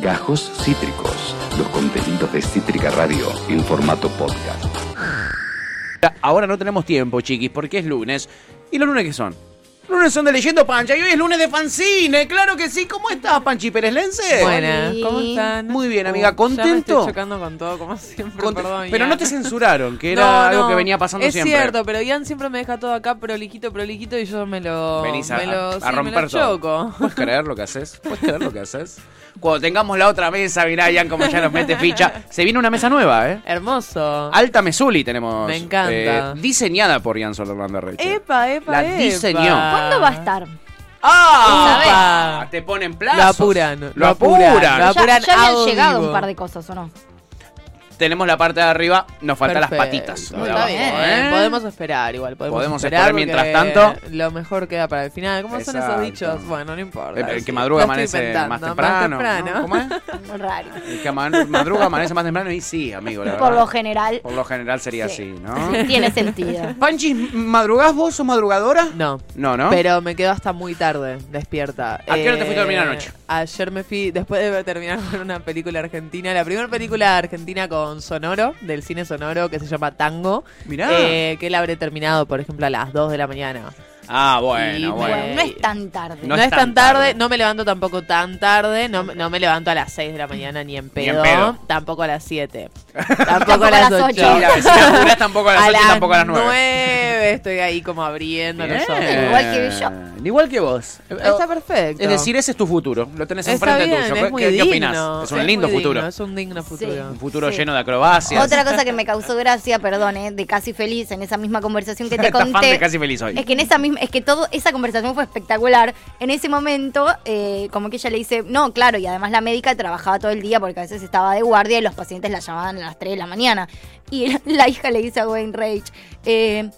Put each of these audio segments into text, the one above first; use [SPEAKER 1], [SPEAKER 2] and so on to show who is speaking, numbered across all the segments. [SPEAKER 1] Gajos Cítricos, los contenidos de Cítrica Radio en formato podcast.
[SPEAKER 2] Ahora no tenemos tiempo, chiquis, porque es lunes. ¿Y los lunes qué son? Los lunes son de Leyendo Pancha y hoy es lunes de fanzine, claro que sí. ¿Cómo estás, Panchi Pérez Lense?
[SPEAKER 3] Buenas,
[SPEAKER 4] Oli.
[SPEAKER 3] ¿cómo están?
[SPEAKER 2] Muy bien, amiga,
[SPEAKER 3] Uh, ya me
[SPEAKER 2] ¿contento?
[SPEAKER 3] estoy chocando con todo, como siempre,
[SPEAKER 2] Cont-
[SPEAKER 3] perdón.
[SPEAKER 2] pero
[SPEAKER 3] Ian.
[SPEAKER 2] no te censuraron, que era
[SPEAKER 3] No,
[SPEAKER 2] algo
[SPEAKER 3] no,
[SPEAKER 2] que venía pasando
[SPEAKER 3] es
[SPEAKER 2] siempre.
[SPEAKER 3] Es cierto, pero Ian siempre me deja todo acá prolijito, prolijito y yo me lo.
[SPEAKER 2] Venís a,
[SPEAKER 3] me lo,
[SPEAKER 2] a
[SPEAKER 3] sí, me lo
[SPEAKER 2] romper todo.
[SPEAKER 3] choco.
[SPEAKER 2] ¿Puedes creer lo que haces? ¿Puedes creer lo que haces? Cuando tengamos la otra mesa, mirá, Ian, como ya nos mete ficha. Se viene una mesa nueva, ¿eh?
[SPEAKER 3] Hermoso.
[SPEAKER 2] Alta Mesuli tenemos.
[SPEAKER 3] Me encanta.
[SPEAKER 2] eh, diseñada por Ian Solorlando Arreche.
[SPEAKER 3] Epa, epa,
[SPEAKER 2] La
[SPEAKER 3] epa.
[SPEAKER 2] diseñó.
[SPEAKER 4] ¿Cuándo va a estar?
[SPEAKER 2] ¡Ah!
[SPEAKER 3] ¿Sabés?
[SPEAKER 2] Te ponen
[SPEAKER 3] Lo
[SPEAKER 2] plazos.
[SPEAKER 3] apuran,
[SPEAKER 2] Lo apuran.
[SPEAKER 3] Lo
[SPEAKER 4] Ya,
[SPEAKER 3] apuran
[SPEAKER 4] ya
[SPEAKER 3] a
[SPEAKER 4] habían llegado
[SPEAKER 3] vivo.
[SPEAKER 4] un par de cosas, ¿o no?
[SPEAKER 2] Tenemos la parte de arriba, nos faltan las
[SPEAKER 3] Perfecto.
[SPEAKER 2] patitas. lo de
[SPEAKER 3] Está
[SPEAKER 2] abajo,
[SPEAKER 3] bien,
[SPEAKER 2] ¿eh?
[SPEAKER 3] podemos esperar igual. Podemos,
[SPEAKER 2] Podemos
[SPEAKER 3] esperar,
[SPEAKER 2] esperar mientras
[SPEAKER 3] porque
[SPEAKER 2] tanto.
[SPEAKER 3] Lo mejor queda para el final. ¿Cómo son
[SPEAKER 2] Exacto.
[SPEAKER 3] esos dichos? Bueno, no importa.
[SPEAKER 2] El, el que
[SPEAKER 3] sí,
[SPEAKER 2] madruga
[SPEAKER 3] lo estoy
[SPEAKER 2] amanece más
[SPEAKER 3] inventando,
[SPEAKER 2] temprano.
[SPEAKER 3] temprano.
[SPEAKER 2] ¿no? ¿Cómo es?
[SPEAKER 4] Raro.
[SPEAKER 2] El que ama- madruga amanece más temprano y sí, amigo, la
[SPEAKER 4] Por
[SPEAKER 2] verdad.
[SPEAKER 4] lo general,
[SPEAKER 2] Por lo general sería
[SPEAKER 4] Sí.
[SPEAKER 2] así, ¿no?
[SPEAKER 4] sí, tiene sentido.
[SPEAKER 2] Panchis, ¿madrugás vos? ¿Sos madrugadora?
[SPEAKER 3] No.
[SPEAKER 2] No, ¿no?
[SPEAKER 3] Pero me quedo hasta muy tarde, despierta. Eh,
[SPEAKER 2] ¿A qué hora te fuiste a dormir anoche?
[SPEAKER 3] Ayer me fui, después de terminar con una película argentina, la primera película argentina con Sonoro, del cine Sonoro, que se llama Tango.
[SPEAKER 2] Mirá.
[SPEAKER 3] eh, que la habré terminado, por ejemplo, a las 2 de la mañana.
[SPEAKER 2] ah,
[SPEAKER 3] Y
[SPEAKER 2] bueno,
[SPEAKER 3] me-
[SPEAKER 2] bueno.
[SPEAKER 4] Bueno, no es tan tarde.
[SPEAKER 2] No
[SPEAKER 3] No,
[SPEAKER 2] es
[SPEAKER 3] es tan
[SPEAKER 2] tan
[SPEAKER 3] tarde,
[SPEAKER 2] tarde.
[SPEAKER 3] no me levanto tampoco tan tarde, no, me- no me levanto a las 6 de la mañana ni en
[SPEAKER 2] en
[SPEAKER 3] pedo,
[SPEAKER 2] pedo.
[SPEAKER 3] tampoco a las 7, tampoco a las 8.
[SPEAKER 4] ocho.
[SPEAKER 2] Y la vecina apurás tampoco a las ocho y tampoco a las nueve.
[SPEAKER 3] 9 estoy ahí como abriendo los
[SPEAKER 2] Bien.
[SPEAKER 3] ojos.
[SPEAKER 4] Igual que
[SPEAKER 2] Igual que vos.
[SPEAKER 3] Está perfecto.
[SPEAKER 2] Es decir, ese es tu futuro. Lo tenés
[SPEAKER 3] Está
[SPEAKER 2] enfrente
[SPEAKER 3] bien,
[SPEAKER 2] tuyo.
[SPEAKER 3] es
[SPEAKER 2] ¿Qué-
[SPEAKER 3] muy
[SPEAKER 2] ¿Qué, qué
[SPEAKER 3] digno,
[SPEAKER 2] opinás? Es un
[SPEAKER 3] es
[SPEAKER 2] lindo
[SPEAKER 3] muy
[SPEAKER 2] futuro.
[SPEAKER 3] digno, es un digno futuro.
[SPEAKER 2] Un futuro
[SPEAKER 4] Sí.
[SPEAKER 2] lleno de acrobacias.
[SPEAKER 4] Otra cosa que me causó gracia, perdón, eh, de casi feliz en esa misma conversación que te
[SPEAKER 2] Está fan de
[SPEAKER 4] conté.
[SPEAKER 2] Casi Feliz hoy.
[SPEAKER 4] Es que en esa misma, es que todo, esa conversación fue espectacular. En ese momento, eh, como que ella le dice, no, claro, y además la médica trabajaba todo el día porque a veces estaba de guardia y los pacientes la llamaban a las 3 de la mañana. Y la, la hija le dice a Wayne Rage, eh,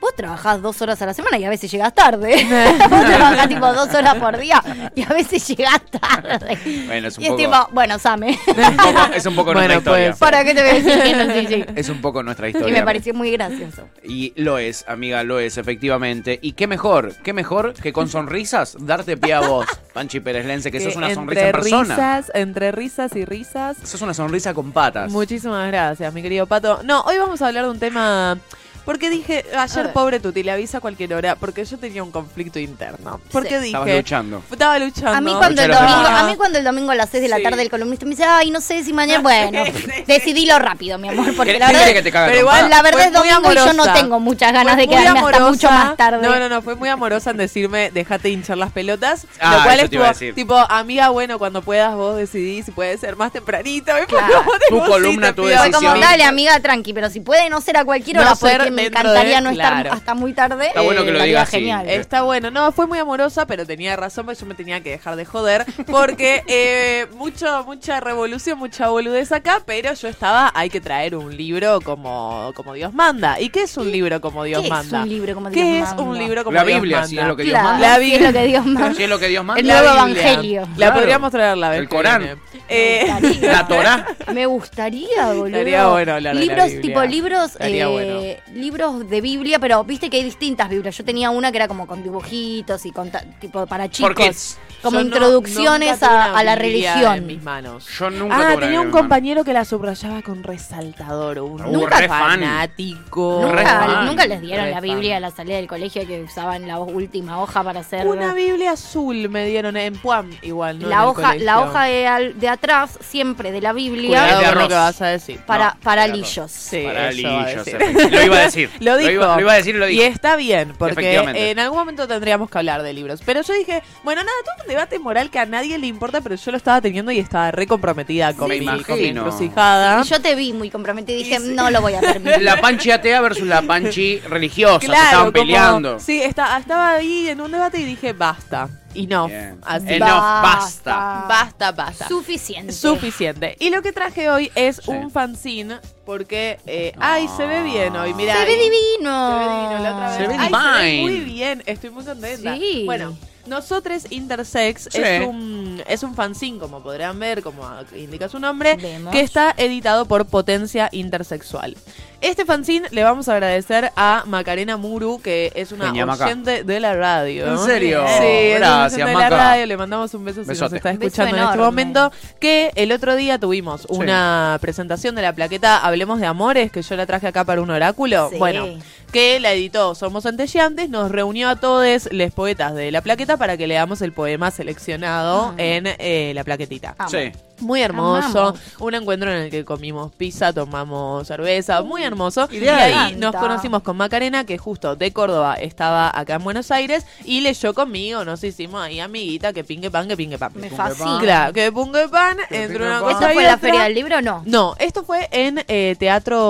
[SPEAKER 4] vos trabajás dos horas a la semana y a veces llegás tarde. vos trabajás tipo dos horas por día y a veces llegás tarde.
[SPEAKER 2] Bueno, es un
[SPEAKER 4] y es
[SPEAKER 2] poco-
[SPEAKER 4] tipo, bueno, Same.
[SPEAKER 2] un poco- es un poco
[SPEAKER 3] Bueno,
[SPEAKER 2] nuestra historia.
[SPEAKER 3] pues,
[SPEAKER 4] ¿Para qué te voy a decir que no? Sí, sí.
[SPEAKER 2] Es un poco nuestra
[SPEAKER 4] Y
[SPEAKER 2] historia.
[SPEAKER 4] me pareció muy gracioso.
[SPEAKER 2] Y lo es, amiga, lo es, efectivamente. Y qué mejor, qué mejor que con sonrisas darte pie a vos, Panchi Pérez Lense, que, sos una sonrisa en
[SPEAKER 3] entre
[SPEAKER 2] persona.
[SPEAKER 3] risas, entre risas y risas.
[SPEAKER 2] Sos una sonrisa con patas.
[SPEAKER 3] Muchísimas gracias, mi querido Pato. No, hoy vamos a hablar de un tema. Porque dije, ayer, pobre Tuti, le avisa a cualquier hora, porque yo tenía un conflicto interno. Porque dije.
[SPEAKER 2] Estabas luchando.
[SPEAKER 3] Estaba luchando.
[SPEAKER 4] A mí, cuando el
[SPEAKER 2] Muchas
[SPEAKER 4] domingo,
[SPEAKER 2] gracias.
[SPEAKER 4] a mí cuando el domingo a las 6 de la
[SPEAKER 3] Sí.
[SPEAKER 4] tarde el columnista me dice, ay, no sé si mañana... Bueno, decidilo rápido, mi amor, porque
[SPEAKER 2] ¿Qué-
[SPEAKER 4] la
[SPEAKER 2] qué
[SPEAKER 4] verdad,
[SPEAKER 2] quiere que te caga
[SPEAKER 3] pero
[SPEAKER 2] a trompada?
[SPEAKER 3] igual
[SPEAKER 4] la verdad
[SPEAKER 3] Fue
[SPEAKER 4] es domingo
[SPEAKER 3] muy
[SPEAKER 4] y yo no
[SPEAKER 3] amorosa.
[SPEAKER 4] tengo muchas
[SPEAKER 3] Fue
[SPEAKER 4] ganas de
[SPEAKER 3] muy
[SPEAKER 4] quedarme hasta
[SPEAKER 3] amorosa.
[SPEAKER 4] mucho más tarde.
[SPEAKER 3] No, no, no, fue muy amorosa en decirme, dejate hinchar las pelotas.
[SPEAKER 2] Ah,
[SPEAKER 3] lo cual
[SPEAKER 2] eso te iba a
[SPEAKER 3] estuvo,
[SPEAKER 2] decir.
[SPEAKER 3] tipo, amiga, bueno, cuando puedas vos decidís si puede ser más tempranito. Y
[SPEAKER 4] Claro.
[SPEAKER 3] como,
[SPEAKER 2] Tu
[SPEAKER 3] tipo, sí,
[SPEAKER 2] columna,
[SPEAKER 3] te
[SPEAKER 2] tu
[SPEAKER 3] pido
[SPEAKER 4] Fue
[SPEAKER 2] decisión.
[SPEAKER 4] como,
[SPEAKER 3] disculpas.
[SPEAKER 4] dale, amiga, tranqui, pero si puede no ser a cualquier
[SPEAKER 3] No
[SPEAKER 4] hora,
[SPEAKER 3] ser
[SPEAKER 4] porque me
[SPEAKER 3] dentro
[SPEAKER 4] encantaría
[SPEAKER 3] de-
[SPEAKER 4] no estar
[SPEAKER 3] claro.
[SPEAKER 4] hasta muy tarde.
[SPEAKER 2] Está bueno que lo
[SPEAKER 4] estaría
[SPEAKER 2] digas así.
[SPEAKER 4] genial.
[SPEAKER 2] Eh,
[SPEAKER 3] Está bueno, no, fue muy amorosa, pero tenía razón, porque yo me tenía que dejar de joder, porque eh, mucho, mucha revolución, mucha boludez acá, pero yo estaba, hay que traer un libro como, como Dios manda. ¿Y qué es un libro como Dios
[SPEAKER 4] ¿Qué es
[SPEAKER 3] manda?
[SPEAKER 4] un libro como Dios
[SPEAKER 3] ¿Qué es
[SPEAKER 4] manda?
[SPEAKER 3] un libro como
[SPEAKER 2] La
[SPEAKER 3] Dios
[SPEAKER 2] Biblia,
[SPEAKER 3] manda?
[SPEAKER 2] si es lo que Dios
[SPEAKER 4] Claro,
[SPEAKER 2] manda.
[SPEAKER 3] La
[SPEAKER 4] sí,
[SPEAKER 3] Biblia.
[SPEAKER 4] es lo que Dios manda.
[SPEAKER 2] Si es lo que Dios manda.
[SPEAKER 4] El nuevo evangelio.
[SPEAKER 3] La
[SPEAKER 2] Claro.
[SPEAKER 3] podríamos traer la vez
[SPEAKER 2] El
[SPEAKER 3] que
[SPEAKER 2] Corán.
[SPEAKER 3] viene. Eh,
[SPEAKER 2] La Torá.
[SPEAKER 4] Me gustaría, boludo.
[SPEAKER 3] Estaría bueno hablar de la
[SPEAKER 4] libros,
[SPEAKER 3] Biblia.
[SPEAKER 4] tipo libros,
[SPEAKER 3] Estaría
[SPEAKER 4] eh,
[SPEAKER 3] bueno.
[SPEAKER 4] libros de Biblia, pero viste que hay distintas Biblias. Yo tenía una que era como con dibujitos y con ta- tipo para chicos.
[SPEAKER 2] kids.
[SPEAKER 4] Como
[SPEAKER 3] yo no-
[SPEAKER 4] introducciones
[SPEAKER 3] nunca tuve
[SPEAKER 4] a,
[SPEAKER 3] una
[SPEAKER 4] a la
[SPEAKER 3] Biblia En
[SPEAKER 4] religión.
[SPEAKER 3] mis manos.
[SPEAKER 2] Yo nunca tuve una
[SPEAKER 3] Ah, tenía
[SPEAKER 2] Biblia
[SPEAKER 3] un
[SPEAKER 2] en mano.
[SPEAKER 3] compañero que la subrayaba con resaltador, un
[SPEAKER 2] Uh,
[SPEAKER 4] Nunca-
[SPEAKER 2] re fan.
[SPEAKER 3] fanático.
[SPEAKER 2] Re
[SPEAKER 4] Nunca,
[SPEAKER 2] fan.
[SPEAKER 4] nunca les dieron
[SPEAKER 3] Re
[SPEAKER 4] la
[SPEAKER 3] fan.
[SPEAKER 4] Biblia a la salida del colegio que usaban la última hoja para hacer.
[SPEAKER 3] Una Biblia azul me dieron en Puam, igual. No en
[SPEAKER 4] la
[SPEAKER 3] el
[SPEAKER 4] hoja, la
[SPEAKER 3] colegio.
[SPEAKER 4] hoja de, al- de atrás, siempre de la Biblia,
[SPEAKER 3] Cuidado
[SPEAKER 2] Es de
[SPEAKER 3] con lo
[SPEAKER 2] arroz.
[SPEAKER 3] que vas a decir.
[SPEAKER 4] para,
[SPEAKER 2] No,
[SPEAKER 4] para
[SPEAKER 2] claro.
[SPEAKER 4] lillos.
[SPEAKER 3] Sí,
[SPEAKER 2] Para
[SPEAKER 3] eso va a
[SPEAKER 2] Lillo,
[SPEAKER 3] decir.
[SPEAKER 2] Sergio. Lo iba a decir.
[SPEAKER 3] Lo dijo.
[SPEAKER 2] iba, lo iba a decir y lo
[SPEAKER 3] Y
[SPEAKER 2] dije.
[SPEAKER 3] está bien, porque eh,
[SPEAKER 2] Efectivamente.
[SPEAKER 3] en algún momento tendríamos que hablar de libros. Pero yo dije, bueno, nada, todo un debate moral que a nadie le importa, pero yo lo estaba teniendo y estaba re comprometida con,
[SPEAKER 2] Me
[SPEAKER 3] mi, con mi
[SPEAKER 2] imagino.
[SPEAKER 3] encrucijada.
[SPEAKER 4] Y yo te vi muy comprometida y dije, no lo voy a permitir.
[SPEAKER 2] La panchi atea versus la panchi religiosa. se estaban
[SPEAKER 3] como-
[SPEAKER 2] peleando.
[SPEAKER 3] sí, está- estaba ahí en un debate y dije, basta. Y no.
[SPEAKER 2] Bien.
[SPEAKER 3] Así.
[SPEAKER 2] Eh, no, basta.
[SPEAKER 3] Basta, basta.
[SPEAKER 4] Suficiente.
[SPEAKER 3] Suficiente. Y lo que traje hoy es
[SPEAKER 2] Sí. Ah.
[SPEAKER 3] un fanzine porque, eh, ay, se ve bien hoy, mira.
[SPEAKER 4] Se ve divino.
[SPEAKER 3] Se ve divino la otra vez.
[SPEAKER 2] Se ve
[SPEAKER 3] Ay,
[SPEAKER 2] divine.
[SPEAKER 3] muy bien, estoy muy contenta.
[SPEAKER 4] Sí.
[SPEAKER 3] Bueno, nosotros Intersex
[SPEAKER 2] Sí.
[SPEAKER 3] es un es un fanzine, como podrán ver, como indica su nombre,
[SPEAKER 4] Vemos.
[SPEAKER 3] que está editado por Potencia Intersexual. Este fanzine le vamos a agradecer a Macarena Muru, que es una
[SPEAKER 2] Genia, Maca.
[SPEAKER 3] oyente de la radio.
[SPEAKER 2] ¿En serio?
[SPEAKER 3] Sí, es una
[SPEAKER 2] Gracias,
[SPEAKER 3] oyente de
[SPEAKER 2] Maca.
[SPEAKER 3] la radio. Le mandamos un beso si
[SPEAKER 2] Besote.
[SPEAKER 3] nos está
[SPEAKER 4] Beso
[SPEAKER 3] escuchando en este
[SPEAKER 4] enorme.
[SPEAKER 3] momento. Que el otro día tuvimos una presentación de la plaqueta Hablemos de Amores, que yo la traje acá para un oráculo.
[SPEAKER 4] Sí.
[SPEAKER 3] Bueno, que la editó Somos Antellantes, nos reunió a todos los poetas de la plaqueta para que leamos el poema seleccionado
[SPEAKER 4] Ah.
[SPEAKER 3] en eh, la plaquetita.
[SPEAKER 4] Amo.
[SPEAKER 2] Sí.
[SPEAKER 3] Muy hermoso,
[SPEAKER 4] Amamos.
[SPEAKER 3] un encuentro en el que comimos pizza, tomamos cerveza, muy hermoso.
[SPEAKER 2] Ideal.
[SPEAKER 3] Y ahí
[SPEAKER 4] Me
[SPEAKER 3] nos
[SPEAKER 4] encanta.
[SPEAKER 3] conocimos con Macarena, que justo de Córdoba estaba acá en Buenos Aires, y leyó conmigo, nos hicimos ahí amiguita, que pingue pan, que pingue pan.
[SPEAKER 4] Me fascina.
[SPEAKER 3] Claro, que pungue pan,
[SPEAKER 2] Que
[SPEAKER 3] entre
[SPEAKER 2] pingue
[SPEAKER 3] una
[SPEAKER 2] pan.
[SPEAKER 3] cosa
[SPEAKER 4] ¿Esto
[SPEAKER 3] y
[SPEAKER 4] fue la
[SPEAKER 3] otra.
[SPEAKER 4] feria del libro o no?
[SPEAKER 3] No, esto fue en eh,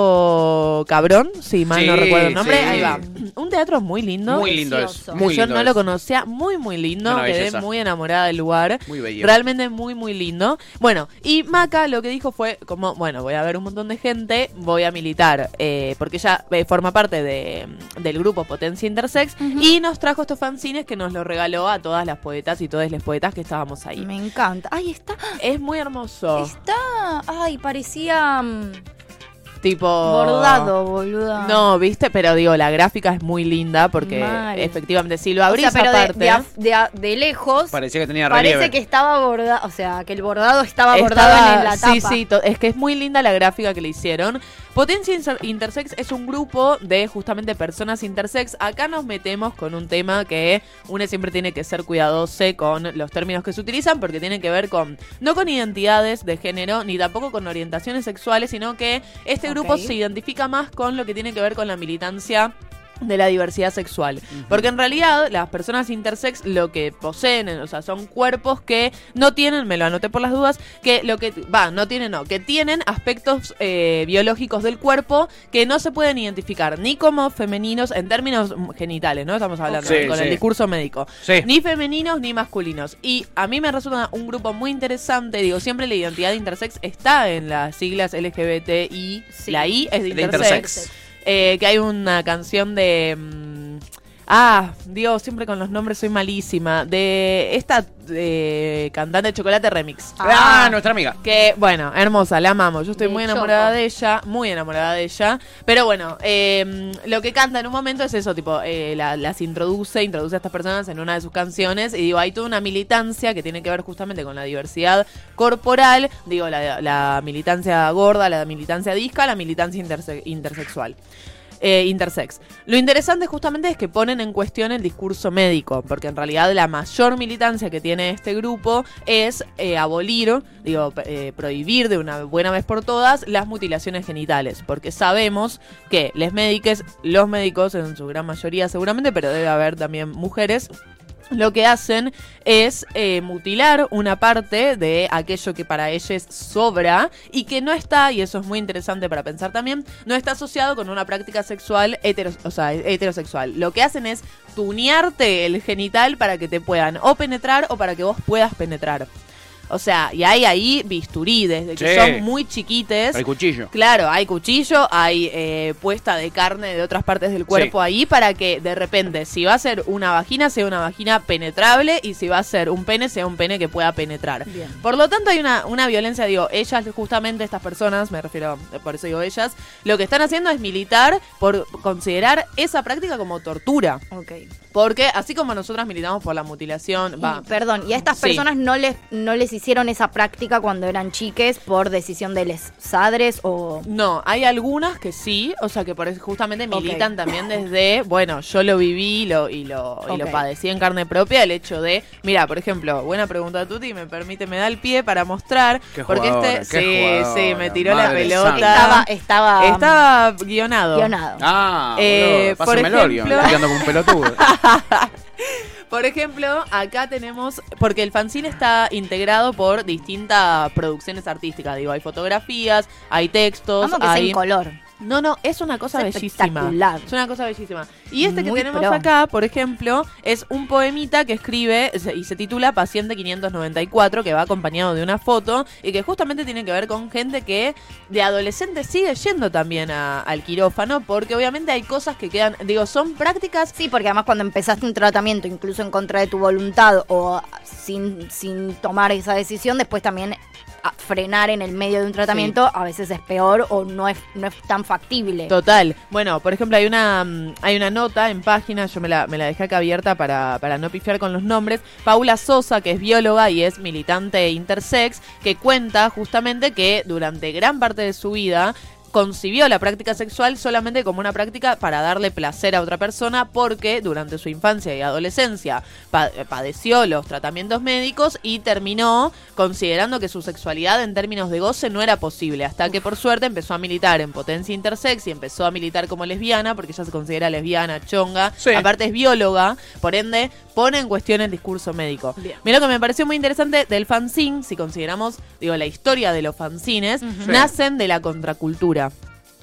[SPEAKER 3] Teatro Cabrón, si mal no
[SPEAKER 2] Sí,
[SPEAKER 3] recuerdo el nombre.
[SPEAKER 2] sí.
[SPEAKER 3] Ahí va. Un teatro muy lindo.
[SPEAKER 2] Muy lindo es.
[SPEAKER 4] Precioso.
[SPEAKER 2] Muy
[SPEAKER 3] Yo
[SPEAKER 2] lindo
[SPEAKER 3] no lo
[SPEAKER 2] es.
[SPEAKER 3] conocía, muy muy lindo,
[SPEAKER 2] Una
[SPEAKER 3] quedé
[SPEAKER 2] belleza.
[SPEAKER 3] muy enamorada del lugar.
[SPEAKER 2] Muy bello.
[SPEAKER 3] Realmente muy muy lindo. Bueno, y Maca lo que dijo fue como, bueno, voy a ver un montón de gente, voy a militar, eh, porque ella eh, forma parte de, del grupo Potencia Intersex y nos trajo estos fanzines que nos lo regaló a todas las poetas y todos los poetas que estábamos ahí.
[SPEAKER 4] Me encanta. Ay, está.
[SPEAKER 3] Es muy hermoso,
[SPEAKER 4] Está. Ay, parecía mm,
[SPEAKER 3] tipo
[SPEAKER 4] bordado, boluda.
[SPEAKER 3] Oh. No, viste, pero digo, la gráfica es muy linda porque
[SPEAKER 4] Mal.
[SPEAKER 3] efectivamente si lo
[SPEAKER 4] O
[SPEAKER 3] abrís
[SPEAKER 4] sea, pero de,
[SPEAKER 3] aparte ¿eh?
[SPEAKER 4] de af- de a- de lejos
[SPEAKER 2] Parecía que tenía relieve.
[SPEAKER 4] parece que estaba bordado. O sea, que el bordado estaba,
[SPEAKER 3] Estaba-
[SPEAKER 4] bordado en la tapa.
[SPEAKER 3] Sí, sí, to- es que es muy linda la gráfica que le hicieron. Potencia Inser- Intersex es un grupo de justamente personas intersex. Acá nos metemos con un tema que uno siempre tiene que ser cuidadoso con los términos que se utilizan porque tiene que ver con, no con identidades de género ni tampoco con orientaciones sexuales, sino que este
[SPEAKER 4] Ok.
[SPEAKER 3] grupo se identifica más con lo que tiene que ver con la militancia de la diversidad sexual. Porque en realidad las personas intersex lo que poseen, o sea, son cuerpos que no tienen, me lo anoté por las dudas, que lo que, va, no tienen, no, que tienen aspectos eh, biológicos del cuerpo que no se pueden identificar ni como femeninos en términos mm, genitales, ¿no? Estamos hablando
[SPEAKER 2] Sí,
[SPEAKER 3] con
[SPEAKER 2] sí.
[SPEAKER 3] el discurso médico.
[SPEAKER 2] Sí.
[SPEAKER 3] Ni femeninos ni masculinos. Y a mí me resulta un grupo muy interesante. Digo, siempre la identidad intersex está en las siglas LGBTI.
[SPEAKER 4] Sí.
[SPEAKER 3] La I es de
[SPEAKER 2] De
[SPEAKER 3] intersex.
[SPEAKER 2] intersex.
[SPEAKER 3] Eh, que hay una canción de. mm, ah, Dios, siempre con los nombres soy malísima. De esta eh, cantante de chocolate remix.
[SPEAKER 2] Ah,
[SPEAKER 4] Ah.
[SPEAKER 2] nuestra amiga.
[SPEAKER 3] Que bueno, hermosa, la amamos. Yo estoy
[SPEAKER 4] De
[SPEAKER 3] muy enamorada
[SPEAKER 4] Choco.
[SPEAKER 3] de ella, muy enamorada de ella. Pero bueno, eh, lo que canta en un momento es eso, tipo, eh, la- las introduce, introduce a estas personas en una de sus canciones. Y digo, hay toda una militancia que tiene que ver justamente con la diversidad corporal. Digo, la, la militancia gorda, la militancia disca, la militancia interse- intersexual eh, intersex. Lo interesante justamente es que ponen en cuestión el discurso médico, porque en realidad la mayor militancia que tiene este grupo es eh, abolir, digo, p- eh, prohibir de una buena vez por todas las mutilaciones genitales, porque sabemos que les médicos, los médicos en su gran mayoría seguramente, pero debe haber también mujeres, lo que hacen es eh, mutilar una parte de aquello que para ellos sobra y que no está, y eso es muy interesante para pensar también, no está asociado con una práctica sexual hetero- o sea, heterosexual. Lo que hacen es tunearte el genital para que te puedan o penetrar o para que vos puedas penetrar. O sea, y hay ahí bisturí, desde que
[SPEAKER 2] Sí.
[SPEAKER 3] son muy chiquites.
[SPEAKER 2] El cuchillo.
[SPEAKER 3] Claro, hay cuchillo, hay eh, puesta de carne de otras partes del cuerpo ahí para que de repente, si va a ser una vagina, sea una vagina penetrable y si va a ser un pene, sea un pene que pueda penetrar.
[SPEAKER 4] Bien.
[SPEAKER 3] Por lo tanto, hay una, una violencia, digo, ellas, justamente estas personas, me refiero, eh, por eso digo ellas, lo que están haciendo es militar por considerar esa práctica como tortura.
[SPEAKER 4] Ok.
[SPEAKER 3] Porque así como nosotras militamos por la mutilación, va.
[SPEAKER 4] Y, perdón, y a estas
[SPEAKER 3] Sí.
[SPEAKER 4] personas no les no les hicieron esa práctica cuando eran chiques por decisión de les sadres o
[SPEAKER 3] No, hay algunas que sí, o sea que por eso justamente
[SPEAKER 4] Ok.
[SPEAKER 3] militan también desde, bueno, yo lo viví y lo, y lo, y lo
[SPEAKER 4] Ok.
[SPEAKER 3] padecí en carne propia, el hecho de, mira, por ejemplo, buena pregunta Tuti, me permite, me da el pie para mostrar,
[SPEAKER 2] Qué
[SPEAKER 3] porque
[SPEAKER 2] jugadora,
[SPEAKER 3] este,
[SPEAKER 2] qué
[SPEAKER 3] sí, sí, me
[SPEAKER 2] jugadora,
[SPEAKER 3] tiró la
[SPEAKER 2] madre
[SPEAKER 3] pelota,
[SPEAKER 4] estaba estaba
[SPEAKER 3] estaba guionado.
[SPEAKER 4] guionado.
[SPEAKER 2] Ah,
[SPEAKER 3] Eh, por
[SPEAKER 2] por ejemplo,
[SPEAKER 3] ejemplo-
[SPEAKER 2] como un pelotudo.
[SPEAKER 3] Por ejemplo, acá tenemos, porque el fanzine está integrado por distintas producciones artísticas, digo, hay fotografías, hay textos,
[SPEAKER 4] Vamos que sea
[SPEAKER 3] hay...
[SPEAKER 4] en color.
[SPEAKER 3] No, no, es una cosa
[SPEAKER 4] Es
[SPEAKER 3] bellísima.
[SPEAKER 4] espectacular.
[SPEAKER 3] Es una cosa bellísima. Y este
[SPEAKER 4] Muy
[SPEAKER 3] que tenemos
[SPEAKER 4] pro.
[SPEAKER 3] acá, por ejemplo, es un poemita que escribe se- y se titula Paciente 594, que va acompañado de una foto y que justamente tiene que ver con gente que de adolescente sigue yendo también a- al quirófano, porque obviamente hay cosas que quedan, digo, son prácticas
[SPEAKER 4] Sí, porque además cuando empezaste un tratamiento, incluso en contra de tu voluntad o sin, sin tomar esa decisión, después también ah, frenar en el medio de un tratamiento a veces es peor o no es, no es tan factible.
[SPEAKER 3] Total. Bueno, por ejemplo, hay una mm, hay una nota en página, yo me la, me la dejé acá abierta para, para no pifiar con los nombres. Paula Sosa, que es bióloga y es militante intersex, que cuenta justamente que durante gran parte de su vida concibió la práctica sexual solamente como una práctica para darle placer a otra persona porque durante su infancia y adolescencia pa- padeció los tratamientos médicos y terminó considerando que su sexualidad en términos de goce no era posible hasta que por suerte empezó a militar en potencia intersex y empezó a militar como lesbiana porque ella se considera lesbiana, chonga,
[SPEAKER 2] Sí.
[SPEAKER 3] aparte es bióloga, por ende pone en cuestión el discurso médico.
[SPEAKER 4] Bien.
[SPEAKER 3] Mira lo que me pareció muy interesante del fanzine, si consideramos digo la historia de los fanzines, nacen de la contracultura.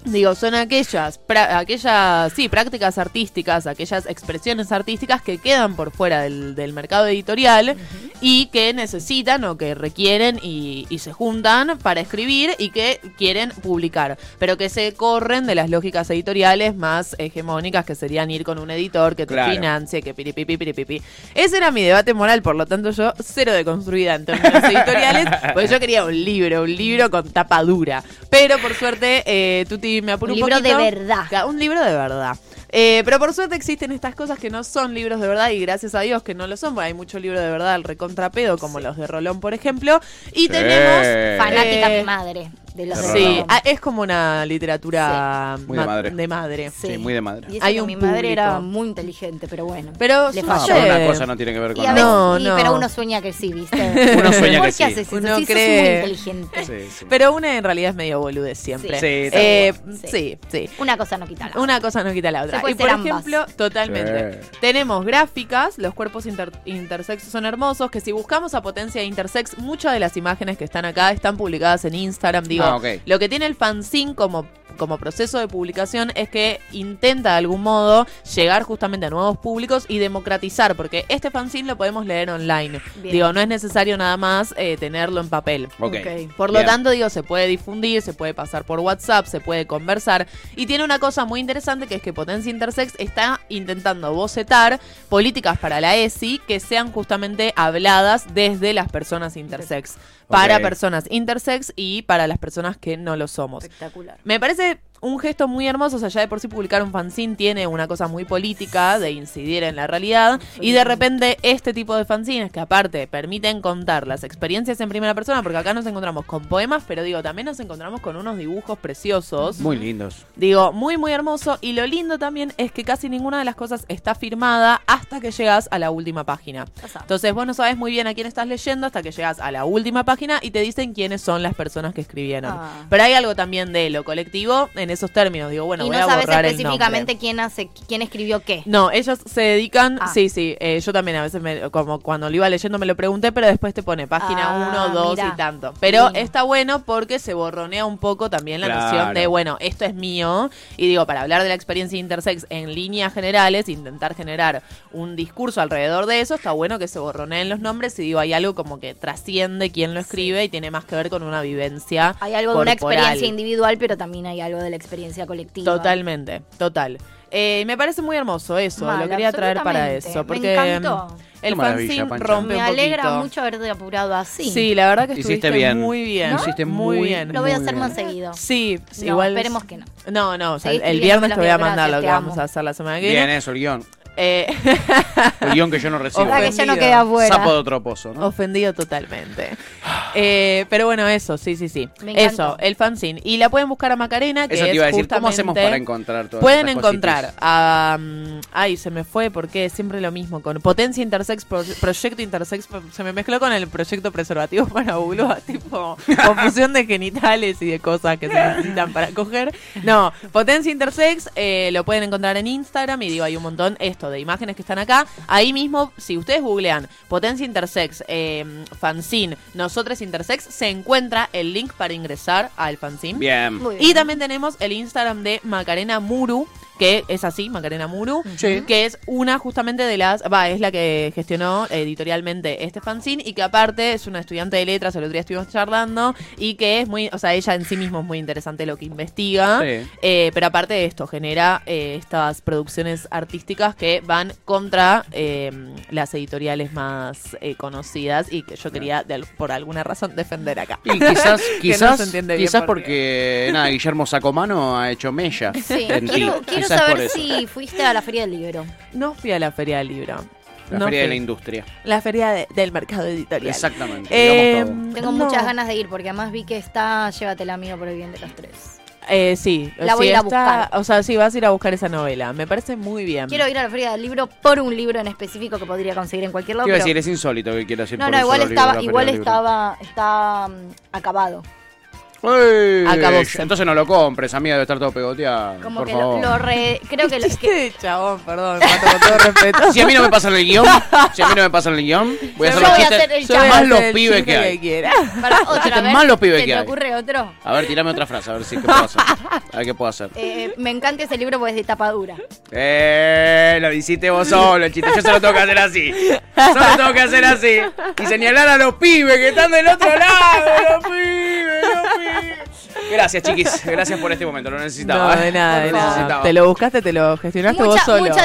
[SPEAKER 3] Digo, son aquellas, pra- aquellas, sí, prácticas artísticas, aquellas expresiones artísticas que quedan por fuera del, del mercado editorial y que necesitan o que requieren y, y se juntan para escribir y que quieren publicar, pero que se corren de las lógicas editoriales más hegemónicas que serían ir con un editor que te
[SPEAKER 2] Claro.
[SPEAKER 3] financie, que piripipi, piripipi. Ese era mi debate moral, por lo tanto yo cero de construida en términos editoriales, porque yo quería un libro, un libro con tapa dura. Pero por suerte, eh, Tuti me apuró
[SPEAKER 4] Un
[SPEAKER 3] un
[SPEAKER 4] libro de
[SPEAKER 3] poquito.
[SPEAKER 4] verdad.
[SPEAKER 3] Ca- Un libro de verdad. Eh, pero por suerte existen estas cosas que no son libros de verdad y gracias a Dios que no lo son, porque hay mucho libro de verdad al recontrapedo, como los de Rolón, por ejemplo. Y tenemos...
[SPEAKER 4] Fanática
[SPEAKER 3] eh,
[SPEAKER 4] mi madre de los
[SPEAKER 2] de
[SPEAKER 3] Sí,
[SPEAKER 2] Rolón.
[SPEAKER 3] ah, es como una literatura
[SPEAKER 2] Muy de madre. Sí, muy de madre.
[SPEAKER 4] Y eso
[SPEAKER 3] Hay
[SPEAKER 4] que
[SPEAKER 3] un
[SPEAKER 4] mi madre era
[SPEAKER 3] público.
[SPEAKER 4] muy inteligente, pero bueno.
[SPEAKER 3] Pero
[SPEAKER 4] Le
[SPEAKER 3] yo
[SPEAKER 2] No,
[SPEAKER 4] falló.
[SPEAKER 2] pero
[SPEAKER 3] sé.
[SPEAKER 2] Ah, una cosa no tiene que ver
[SPEAKER 4] Y
[SPEAKER 2] con
[SPEAKER 4] a
[SPEAKER 2] la
[SPEAKER 4] veces,
[SPEAKER 2] otra.
[SPEAKER 3] No,
[SPEAKER 4] sí,
[SPEAKER 3] no.
[SPEAKER 4] pero uno sueña que sí, ¿viste?
[SPEAKER 2] Uno sueña
[SPEAKER 4] ¿Por
[SPEAKER 2] que
[SPEAKER 4] qué
[SPEAKER 2] sí.
[SPEAKER 4] haces eso?
[SPEAKER 3] Uno
[SPEAKER 4] Sí, sos
[SPEAKER 3] cree.
[SPEAKER 4] muy inteligente.
[SPEAKER 2] Sí, sí.
[SPEAKER 3] Pero una en realidad es medio bolude siempre.
[SPEAKER 2] Sí. Sí, tal
[SPEAKER 3] Eh,
[SPEAKER 4] cual.
[SPEAKER 3] sí, sí.
[SPEAKER 4] Una cosa no quita la otra.
[SPEAKER 3] Una cosa no quita la
[SPEAKER 4] Se
[SPEAKER 3] otra.
[SPEAKER 4] puede
[SPEAKER 3] Y por
[SPEAKER 4] ser ambas.
[SPEAKER 3] ejemplo, totalmente.
[SPEAKER 2] Sí.
[SPEAKER 3] Tenemos gráficas, los cuerpos inter- intersex son hermosos, que si buscamos a potencia intersex, muchas de las imágenes que están acá están publicadas en Instagram. Digo,
[SPEAKER 2] Ah, ok.
[SPEAKER 3] lo que tiene el fanzine como, como proceso de publicación es que intenta de algún modo llegar justamente a nuevos públicos y democratizar, porque este fanzine lo podemos leer online.
[SPEAKER 4] Bien.
[SPEAKER 3] Digo, no es necesario nada más eh, tenerlo en papel.
[SPEAKER 2] Ok.
[SPEAKER 3] Ok. Por lo
[SPEAKER 2] Bien.
[SPEAKER 3] tanto, digo, se puede difundir, se puede pasar por WhatsApp, se puede conversar. Y tiene una cosa muy interesante que es que Potencia Intersex está intentando bocetar políticas para la ESI que sean justamente habladas desde las personas intersex. Para
[SPEAKER 2] Ok.
[SPEAKER 3] personas intersex y para las personas que no lo somos.
[SPEAKER 4] Espectacular.
[SPEAKER 3] Me parece un gesto muy hermoso, o sea, ya de por sí publicar un fanzine tiene una cosa muy política de incidir en la realidad y de repente este tipo de fanzines que aparte permiten contar las experiencias en primera persona, porque acá nos encontramos con poemas, pero digo, también nos encontramos con unos dibujos preciosos.
[SPEAKER 2] Muy lindos.
[SPEAKER 3] Digo, muy muy hermoso y lo lindo también es que casi ninguna de las cosas está firmada hasta que llegas a la última página.
[SPEAKER 4] Pasá.
[SPEAKER 3] Entonces vos no sabes muy bien a quién estás leyendo hasta que llegas a la última página y te dicen quiénes son las personas que escribieron.
[SPEAKER 4] Ah.
[SPEAKER 3] Pero hay algo también de lo colectivo en esos términos. Digo, bueno,
[SPEAKER 4] y
[SPEAKER 3] voy
[SPEAKER 4] no
[SPEAKER 3] a
[SPEAKER 4] sabes
[SPEAKER 3] borrar el
[SPEAKER 4] específicamente
[SPEAKER 3] nombre.
[SPEAKER 4] quién hace, quién escribió qué.
[SPEAKER 3] No, ellos se dedican,
[SPEAKER 4] Ah.
[SPEAKER 3] sí, sí, eh, yo también a veces, me- como cuando lo iba leyendo me lo pregunté, pero después te pone página
[SPEAKER 4] Ah,
[SPEAKER 3] 1, 2
[SPEAKER 4] mirá.
[SPEAKER 3] y tanto. Pero
[SPEAKER 4] Divino.
[SPEAKER 3] está bueno porque se borronea un poco también la
[SPEAKER 2] Claro.
[SPEAKER 3] noción de, bueno, esto es mío. Y digo, para hablar de la experiencia intersex en líneas generales, intentar generar un discurso alrededor de eso, está bueno que se borroneen los nombres y digo, hay algo como que trasciende quién lo escribe y tiene más que ver con una vivencia.
[SPEAKER 4] Hay algo de una
[SPEAKER 3] corporal.
[SPEAKER 4] experiencia individual, pero también hay algo de la experiencia colectiva.
[SPEAKER 3] Totalmente, total. Eh, me parece muy hermoso eso,
[SPEAKER 4] Mal,
[SPEAKER 3] lo quería traer para
[SPEAKER 4] absolutamente.
[SPEAKER 3] eso,
[SPEAKER 4] Me
[SPEAKER 3] porque
[SPEAKER 4] encantó.
[SPEAKER 3] mm, el
[SPEAKER 2] Qué maravilla,
[SPEAKER 3] fanzine
[SPEAKER 2] Pancha.
[SPEAKER 3] rompe
[SPEAKER 4] Me
[SPEAKER 3] un
[SPEAKER 4] alegra
[SPEAKER 3] poquito.
[SPEAKER 4] mucho haberte apurado así.
[SPEAKER 3] Sí, la verdad que
[SPEAKER 2] Hiciste
[SPEAKER 3] estuviste
[SPEAKER 2] bien.
[SPEAKER 3] muy bien,
[SPEAKER 2] ¿No? Hiciste
[SPEAKER 3] muy
[SPEAKER 2] muy
[SPEAKER 3] bien.
[SPEAKER 4] Lo voy a
[SPEAKER 2] Muy
[SPEAKER 4] hacer
[SPEAKER 2] bien.
[SPEAKER 4] más seguido.
[SPEAKER 3] Sí, sí,
[SPEAKER 4] No,
[SPEAKER 3] igual
[SPEAKER 4] esperemos que no.
[SPEAKER 3] No, no, o sea,
[SPEAKER 4] Seguí
[SPEAKER 3] el
[SPEAKER 4] escribiendo
[SPEAKER 3] viernes
[SPEAKER 4] los
[SPEAKER 3] te voy a
[SPEAKER 4] libros,
[SPEAKER 3] mandar lo
[SPEAKER 4] gracias,
[SPEAKER 3] que
[SPEAKER 4] te
[SPEAKER 3] vamos
[SPEAKER 4] amo.
[SPEAKER 3] a hacer la semana que
[SPEAKER 2] Bien
[SPEAKER 3] viene.
[SPEAKER 2] eso, el guión.
[SPEAKER 3] Eh,
[SPEAKER 2] El guión que yo no recibo.
[SPEAKER 4] Ojalá que ya no
[SPEAKER 3] Ofendido.
[SPEAKER 4] quede afuera.
[SPEAKER 2] Sapo de otro pozo, ¿no?
[SPEAKER 3] Ofendido totalmente. Eh, pero bueno, eso, sí, sí, sí.
[SPEAKER 4] Me encantó.
[SPEAKER 3] Eso, el fanzine. Y la pueden buscar a Macarena, que
[SPEAKER 2] Eso te
[SPEAKER 3] es
[SPEAKER 2] iba a decir. ¿Cómo
[SPEAKER 3] justamente-
[SPEAKER 2] hacemos para encontrar todas
[SPEAKER 3] Pueden
[SPEAKER 2] estas cositas?
[SPEAKER 3] encontrar a... mm, ay, se me fue porque siempre lo mismo. Con Potencia Intersex, Pro- Proyecto Intersex, pro- se me mezcló con el proyecto preservativo para vulva, tipo confusión de genitales y de cosas que se necesitan para coger. No, Potencia Intersex eh, lo pueden encontrar en Instagram y digo, hay un montón esto de imágenes que están acá. Ahí mismo, si ustedes googlean Potencia Intersex, eh, fanzine, Nosotros Intersex, se encuentra el link para ingresar al fanzine.
[SPEAKER 2] Bien.
[SPEAKER 4] Muy bien.
[SPEAKER 3] Y también tenemos el Instagram de Macarena Muru, que es así, Macarena Muru,
[SPEAKER 2] Sí.
[SPEAKER 3] que es una justamente de las, va, es la que gestionó editorialmente este fanzine y que aparte es una estudiante de letras, el otro día estuvimos charlando y que es muy, o sea, ella en sí misma es muy interesante lo que investiga,
[SPEAKER 2] Sí.
[SPEAKER 3] eh, pero aparte de esto, genera eh, estas producciones artísticas que van contra eh, las editoriales más eh, conocidas y que yo quería de al- por alguna razón defender acá.
[SPEAKER 2] Y quizás,
[SPEAKER 3] Que no
[SPEAKER 2] quizás,
[SPEAKER 3] se entiende bien
[SPEAKER 2] quizás
[SPEAKER 3] por
[SPEAKER 2] porque nada, Guillermo Sacomano ha hecho mella.
[SPEAKER 4] Sí,
[SPEAKER 2] en ti.
[SPEAKER 4] quiero, quiero
[SPEAKER 2] Quizás por
[SPEAKER 4] saber
[SPEAKER 2] eso.
[SPEAKER 4] si fuiste a la feria del libro.
[SPEAKER 3] No fui a la feria del libro.
[SPEAKER 2] La
[SPEAKER 3] No
[SPEAKER 2] feria de la
[SPEAKER 3] fui.
[SPEAKER 2] industria.
[SPEAKER 3] La feria de- del mercado editorial.
[SPEAKER 2] Exactamente.
[SPEAKER 3] Eh,
[SPEAKER 2] digamos todo.
[SPEAKER 4] Tengo
[SPEAKER 3] no.
[SPEAKER 4] muchas ganas de ir porque además vi que está Llévatela amigo por el bien de los tres.
[SPEAKER 3] Eh, sí,
[SPEAKER 4] La
[SPEAKER 3] sí,
[SPEAKER 4] voy a ir a
[SPEAKER 3] está-
[SPEAKER 4] buscar.
[SPEAKER 3] O sea, sí, vas a ir a buscar esa novela. Me parece muy bien.
[SPEAKER 4] Quiero ir a la feria del libro por un libro en específico que podría conseguir en cualquier lado.
[SPEAKER 2] Quiero
[SPEAKER 4] pero-
[SPEAKER 2] decir, es insólito que quiera decir
[SPEAKER 4] no, no, igual estaba, igual estaba, está mm, acabado.
[SPEAKER 3] Acabóse.
[SPEAKER 2] Entonces no lo compres, amiga, debe estar todo pegoteado.
[SPEAKER 4] Como
[SPEAKER 2] por
[SPEAKER 4] que
[SPEAKER 2] favor.
[SPEAKER 4] lo, lo re- creo que, lo-
[SPEAKER 3] Chiste
[SPEAKER 4] que-
[SPEAKER 3] de chabón, perdón, Mato, con todo respeto.
[SPEAKER 2] Si a mí no me pasan el guión, si a mí no me pasan el guión, voy a
[SPEAKER 4] Yo
[SPEAKER 2] hacer
[SPEAKER 4] voy
[SPEAKER 2] los
[SPEAKER 4] a
[SPEAKER 2] chistes
[SPEAKER 4] hacer el
[SPEAKER 3] Yo voy a
[SPEAKER 4] más
[SPEAKER 3] hacer
[SPEAKER 2] los
[SPEAKER 3] el
[SPEAKER 2] pibes
[SPEAKER 3] chiste
[SPEAKER 2] que hay.
[SPEAKER 3] quiera.
[SPEAKER 4] para otra
[SPEAKER 2] chistes
[SPEAKER 4] vez,
[SPEAKER 2] más los pibes
[SPEAKER 4] ¿se
[SPEAKER 2] que
[SPEAKER 4] te
[SPEAKER 2] hay.
[SPEAKER 4] ocurre otro?
[SPEAKER 2] A ver, tirame otra frase, a ver si qué puedo hacer. A ver qué puedo hacer.
[SPEAKER 4] Eh, me encanta ese libro porque es de tapadura.
[SPEAKER 2] Eh, lo hiciste vos solo, el chiste. Yo solo tengo que hacer así. Solo tengo que hacer así. Y señalar a los pibes que están del otro lado. Los pibes, los pibes. Gracias, chiquis. Gracias por este momento. Lo necesitaba. ¿eh?
[SPEAKER 3] No, de nada,
[SPEAKER 2] Lo
[SPEAKER 3] de nada.
[SPEAKER 2] necesitaba.
[SPEAKER 3] Te lo buscaste, te lo gestionaste vos
[SPEAKER 4] Mucha,
[SPEAKER 3] solo.
[SPEAKER 4] mucha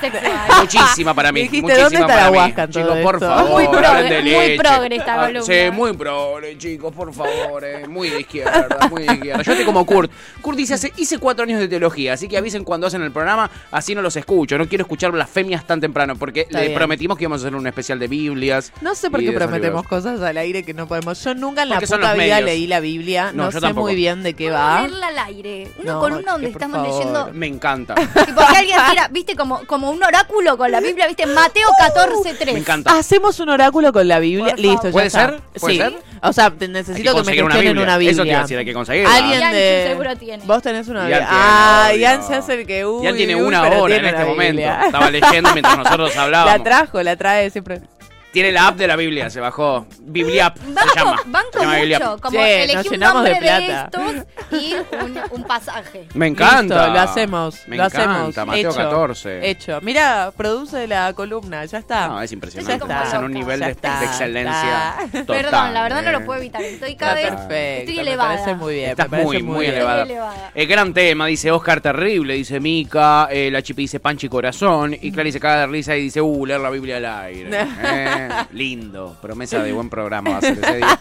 [SPEAKER 4] sexual.
[SPEAKER 2] Muchísima para mí.
[SPEAKER 3] Dijiste,
[SPEAKER 2] muchísima
[SPEAKER 3] ¿dónde está
[SPEAKER 2] para
[SPEAKER 3] la
[SPEAKER 2] mí.
[SPEAKER 3] guasca en todo
[SPEAKER 2] Chicos, por
[SPEAKER 3] esto?
[SPEAKER 2] favor.
[SPEAKER 4] Muy progre,
[SPEAKER 2] hablen de
[SPEAKER 4] muy
[SPEAKER 2] leche.
[SPEAKER 4] progre esta
[SPEAKER 2] Ah,
[SPEAKER 4] columna.
[SPEAKER 2] Sí, muy progre, chicos, por favor. eh, Muy de izquierda, muy de izquierda. Yo estoy como Kurt. Kurt dice, hace, hice cuatro años de teología, así que avisen cuando hacen el programa, así no los escucho. No quiero escuchar blasfemias tan temprano, porque
[SPEAKER 3] Está
[SPEAKER 2] le
[SPEAKER 3] bien.
[SPEAKER 2] prometimos que íbamos a hacer un especial de Biblias.
[SPEAKER 3] No sé por
[SPEAKER 2] y
[SPEAKER 3] qué
[SPEAKER 2] de esos
[SPEAKER 3] prometemos
[SPEAKER 2] libros.
[SPEAKER 3] cosas al aire que no podemos. Yo nunca en la
[SPEAKER 2] Porque son
[SPEAKER 3] puta
[SPEAKER 2] los
[SPEAKER 3] vida
[SPEAKER 2] medios.
[SPEAKER 3] leí la Biblia.
[SPEAKER 2] No,
[SPEAKER 3] No,
[SPEAKER 2] yo
[SPEAKER 3] sé
[SPEAKER 2] tampoco.
[SPEAKER 3] muy bien de qué
[SPEAKER 4] Vamos a
[SPEAKER 3] va.
[SPEAKER 4] leerla al aire. Una
[SPEAKER 3] No,
[SPEAKER 4] columna donde
[SPEAKER 3] que por
[SPEAKER 4] estamos
[SPEAKER 3] favor.
[SPEAKER 4] leyendo.
[SPEAKER 2] Me encanta,
[SPEAKER 4] Tipo que alguien tira, viste, como, como un oráculo con la Biblia, viste, Mateo 14, 3.
[SPEAKER 2] Uh, me encanta.
[SPEAKER 3] Hacemos un oráculo con la Biblia.
[SPEAKER 4] Por
[SPEAKER 3] Listo, ya
[SPEAKER 2] ¿Puede
[SPEAKER 3] está.
[SPEAKER 2] ser? ¿Puede
[SPEAKER 3] sí.
[SPEAKER 2] ser?
[SPEAKER 3] O sea, te
[SPEAKER 2] Hay
[SPEAKER 3] necesito que, me
[SPEAKER 2] conseguir
[SPEAKER 3] gestionen una Biblia.
[SPEAKER 2] Eso te iba a decir, hay que conseguirla.
[SPEAKER 3] Alguien
[SPEAKER 4] Ian
[SPEAKER 3] de...
[SPEAKER 4] seguro tiene.
[SPEAKER 3] Vos tenés una
[SPEAKER 2] Ian
[SPEAKER 3] Biblia.
[SPEAKER 2] tiene,
[SPEAKER 3] ah,
[SPEAKER 2] obvio.
[SPEAKER 3] Ian se hace el que uy,
[SPEAKER 2] Ya tiene
[SPEAKER 3] uy,
[SPEAKER 2] una
[SPEAKER 3] pero
[SPEAKER 2] hora en
[SPEAKER 3] tiene
[SPEAKER 2] este
[SPEAKER 3] una
[SPEAKER 2] momento.
[SPEAKER 3] Biblia.
[SPEAKER 2] Estaba leyendo mientras nosotros
[SPEAKER 3] La
[SPEAKER 2] hablábamos.
[SPEAKER 3] trajo, la trae siempre.
[SPEAKER 2] Tiene la app de la Biblia, se bajó. Bibliap se llama.
[SPEAKER 4] Banco,
[SPEAKER 2] Se
[SPEAKER 4] banco
[SPEAKER 2] llama Bibliap.
[SPEAKER 4] mucho, como
[SPEAKER 3] Che,
[SPEAKER 4] elegí
[SPEAKER 3] nos
[SPEAKER 4] un
[SPEAKER 3] llenamos
[SPEAKER 4] nombre
[SPEAKER 3] de
[SPEAKER 4] de,
[SPEAKER 3] plata.
[SPEAKER 4] estos y un, un pasaje.
[SPEAKER 2] Me encanta.
[SPEAKER 3] Listo, lo hacemos.
[SPEAKER 2] Me
[SPEAKER 3] lo
[SPEAKER 2] encanta,
[SPEAKER 3] hacemos.
[SPEAKER 2] Mateo
[SPEAKER 3] Hecho,
[SPEAKER 2] 14.
[SPEAKER 3] Hecho. Mira, produce la columna, ya está.
[SPEAKER 2] No, es
[SPEAKER 4] Ya
[SPEAKER 2] impresionante.
[SPEAKER 4] está.
[SPEAKER 2] Estás en un nivel
[SPEAKER 3] Ya
[SPEAKER 2] de,
[SPEAKER 3] está,
[SPEAKER 2] de excelencia.
[SPEAKER 3] está.
[SPEAKER 2] total,
[SPEAKER 4] Perdón, la verdad no
[SPEAKER 2] eh.
[SPEAKER 4] lo puedo evitar. Estoy cada
[SPEAKER 3] Está
[SPEAKER 4] vez
[SPEAKER 3] perfecto.
[SPEAKER 4] estoy
[SPEAKER 3] Me
[SPEAKER 4] elevada.
[SPEAKER 3] parece muy bien.
[SPEAKER 2] Estás
[SPEAKER 3] Eh, me parece
[SPEAKER 2] muy, muy
[SPEAKER 3] bien.
[SPEAKER 2] elevada.
[SPEAKER 4] Estoy elevada.
[SPEAKER 2] Eh, gran tema, dice Oscar Terrible, dice Mica, eh, la Chipi dice Panchi Corazón, y Clarice caga de risa y dice, uh, leer la Biblia al aire. Eh, lindo, promesa de buen programa va a ser ese día.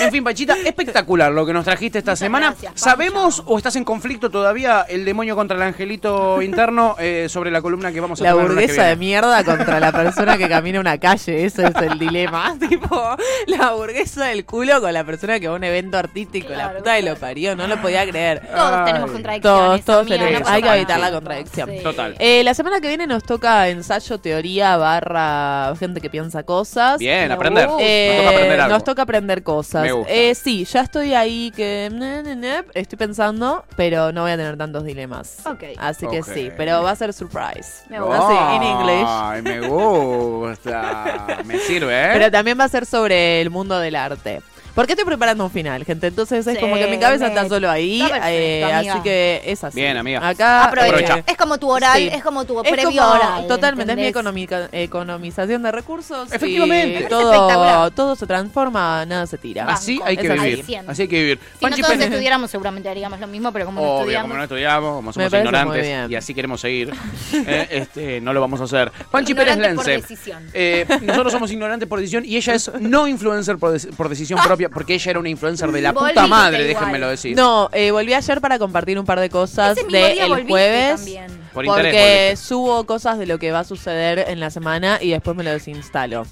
[SPEAKER 2] En fin, Panchita, espectacular lo que nos trajiste esta
[SPEAKER 4] Muchas
[SPEAKER 2] semana.
[SPEAKER 4] gracias, Pancha.
[SPEAKER 2] ¿Sabemos o estás en conflicto todavía el demonio contra el angelito interno eh, sobre la columna que vamos a
[SPEAKER 3] La
[SPEAKER 2] tener el lunes que
[SPEAKER 3] burguesa
[SPEAKER 2] viene?
[SPEAKER 3] de mierda contra la persona que camina una calle, ese es el dilema. tipo, la burguesa del culo con la persona que va a un evento artístico. la
[SPEAKER 4] Claro,
[SPEAKER 3] puta que lo
[SPEAKER 4] claro.
[SPEAKER 3] parió, no lo podía creer.
[SPEAKER 4] Todos tenemos
[SPEAKER 2] Ay.
[SPEAKER 4] contradicciones.
[SPEAKER 3] Todos, todos
[SPEAKER 4] amiga,
[SPEAKER 3] tenemos.
[SPEAKER 4] no
[SPEAKER 2] Hay que
[SPEAKER 4] pasa
[SPEAKER 2] evitar la
[SPEAKER 4] nada.
[SPEAKER 3] contradicción.
[SPEAKER 4] Sí.
[SPEAKER 2] Total.
[SPEAKER 3] Eh, la semana que viene nos toca ensayo, teoría, barra gente que piensa cosas.
[SPEAKER 2] Bien,
[SPEAKER 4] Me
[SPEAKER 2] aprender.
[SPEAKER 4] gusta.
[SPEAKER 3] Eh,
[SPEAKER 2] nos toca aprender algo.
[SPEAKER 3] nos toca aprender cosas.
[SPEAKER 2] Me gusta.
[SPEAKER 3] Eh, sí, ya estoy ahí que ne, ne, ne, estoy pensando, pero no voy a tener tantos dilemas.
[SPEAKER 4] Ok.
[SPEAKER 3] Así que
[SPEAKER 2] Ok. Ah.
[SPEAKER 3] sí, pero va a ser surprise.
[SPEAKER 4] Me
[SPEAKER 3] gusta. Así, in English.
[SPEAKER 2] Ay, me gusta. Me sirve, ¿eh?
[SPEAKER 3] Pero también va a ser sobre el mundo del arte. Porque estoy preparando un final, gente. Entonces es
[SPEAKER 4] Sí,
[SPEAKER 3] como que mi cabeza
[SPEAKER 4] me-
[SPEAKER 3] está solo ahí.
[SPEAKER 4] está perfecto,
[SPEAKER 3] eh,
[SPEAKER 4] amiga.
[SPEAKER 3] así que es así.
[SPEAKER 2] Bien, amiga.
[SPEAKER 3] Acá eh,
[SPEAKER 4] Aprovecha.
[SPEAKER 2] Ah, Aprovecha.
[SPEAKER 4] Es como tu oral,
[SPEAKER 3] Sí.
[SPEAKER 4] es como tu
[SPEAKER 3] Es
[SPEAKER 4] previo
[SPEAKER 3] como-
[SPEAKER 4] oral.
[SPEAKER 3] Totalmente, es mi
[SPEAKER 4] ¿entendés?
[SPEAKER 3] economica- economización de recursos. y
[SPEAKER 2] Efectivamente. Ah, Es
[SPEAKER 3] todo,
[SPEAKER 4] espectacular.
[SPEAKER 3] todo se transforma, nada se tira.
[SPEAKER 2] Así hay que
[SPEAKER 3] Es así.
[SPEAKER 2] vivir.
[SPEAKER 4] Al cien.
[SPEAKER 2] Así hay que vivir.
[SPEAKER 4] Si
[SPEAKER 2] Panchi
[SPEAKER 4] no todos
[SPEAKER 2] Pérez.
[SPEAKER 4] estudiáramos, seguramente haríamos lo mismo, pero como no
[SPEAKER 2] Obvio,
[SPEAKER 4] estudiamos.
[SPEAKER 2] como no estudiamos, como somos
[SPEAKER 3] parece muy
[SPEAKER 2] ignorantes
[SPEAKER 3] bien.
[SPEAKER 2] y así queremos seguir, eh, este, no lo vamos a hacer. Panchi Pérez
[SPEAKER 4] Ignorantes por
[SPEAKER 2] Lense.
[SPEAKER 4] decisión.
[SPEAKER 2] Eh, nosotros somos ignorantes por decisión y ella es no influencer por, des- por decisión propia porque ella era una influencer de la puta
[SPEAKER 4] Volviste
[SPEAKER 2] madre,
[SPEAKER 4] igual.
[SPEAKER 2] déjenmelo decir.
[SPEAKER 3] No, eh, volví ayer para compartir un par de cosas
[SPEAKER 4] Ese mismo
[SPEAKER 3] de
[SPEAKER 4] día
[SPEAKER 3] el
[SPEAKER 4] volviste
[SPEAKER 3] jueves.
[SPEAKER 4] también.
[SPEAKER 2] Por interés,
[SPEAKER 3] porque
[SPEAKER 2] volviste.
[SPEAKER 3] subo cosas de lo que va a suceder en la semana y después me lo desinstalo.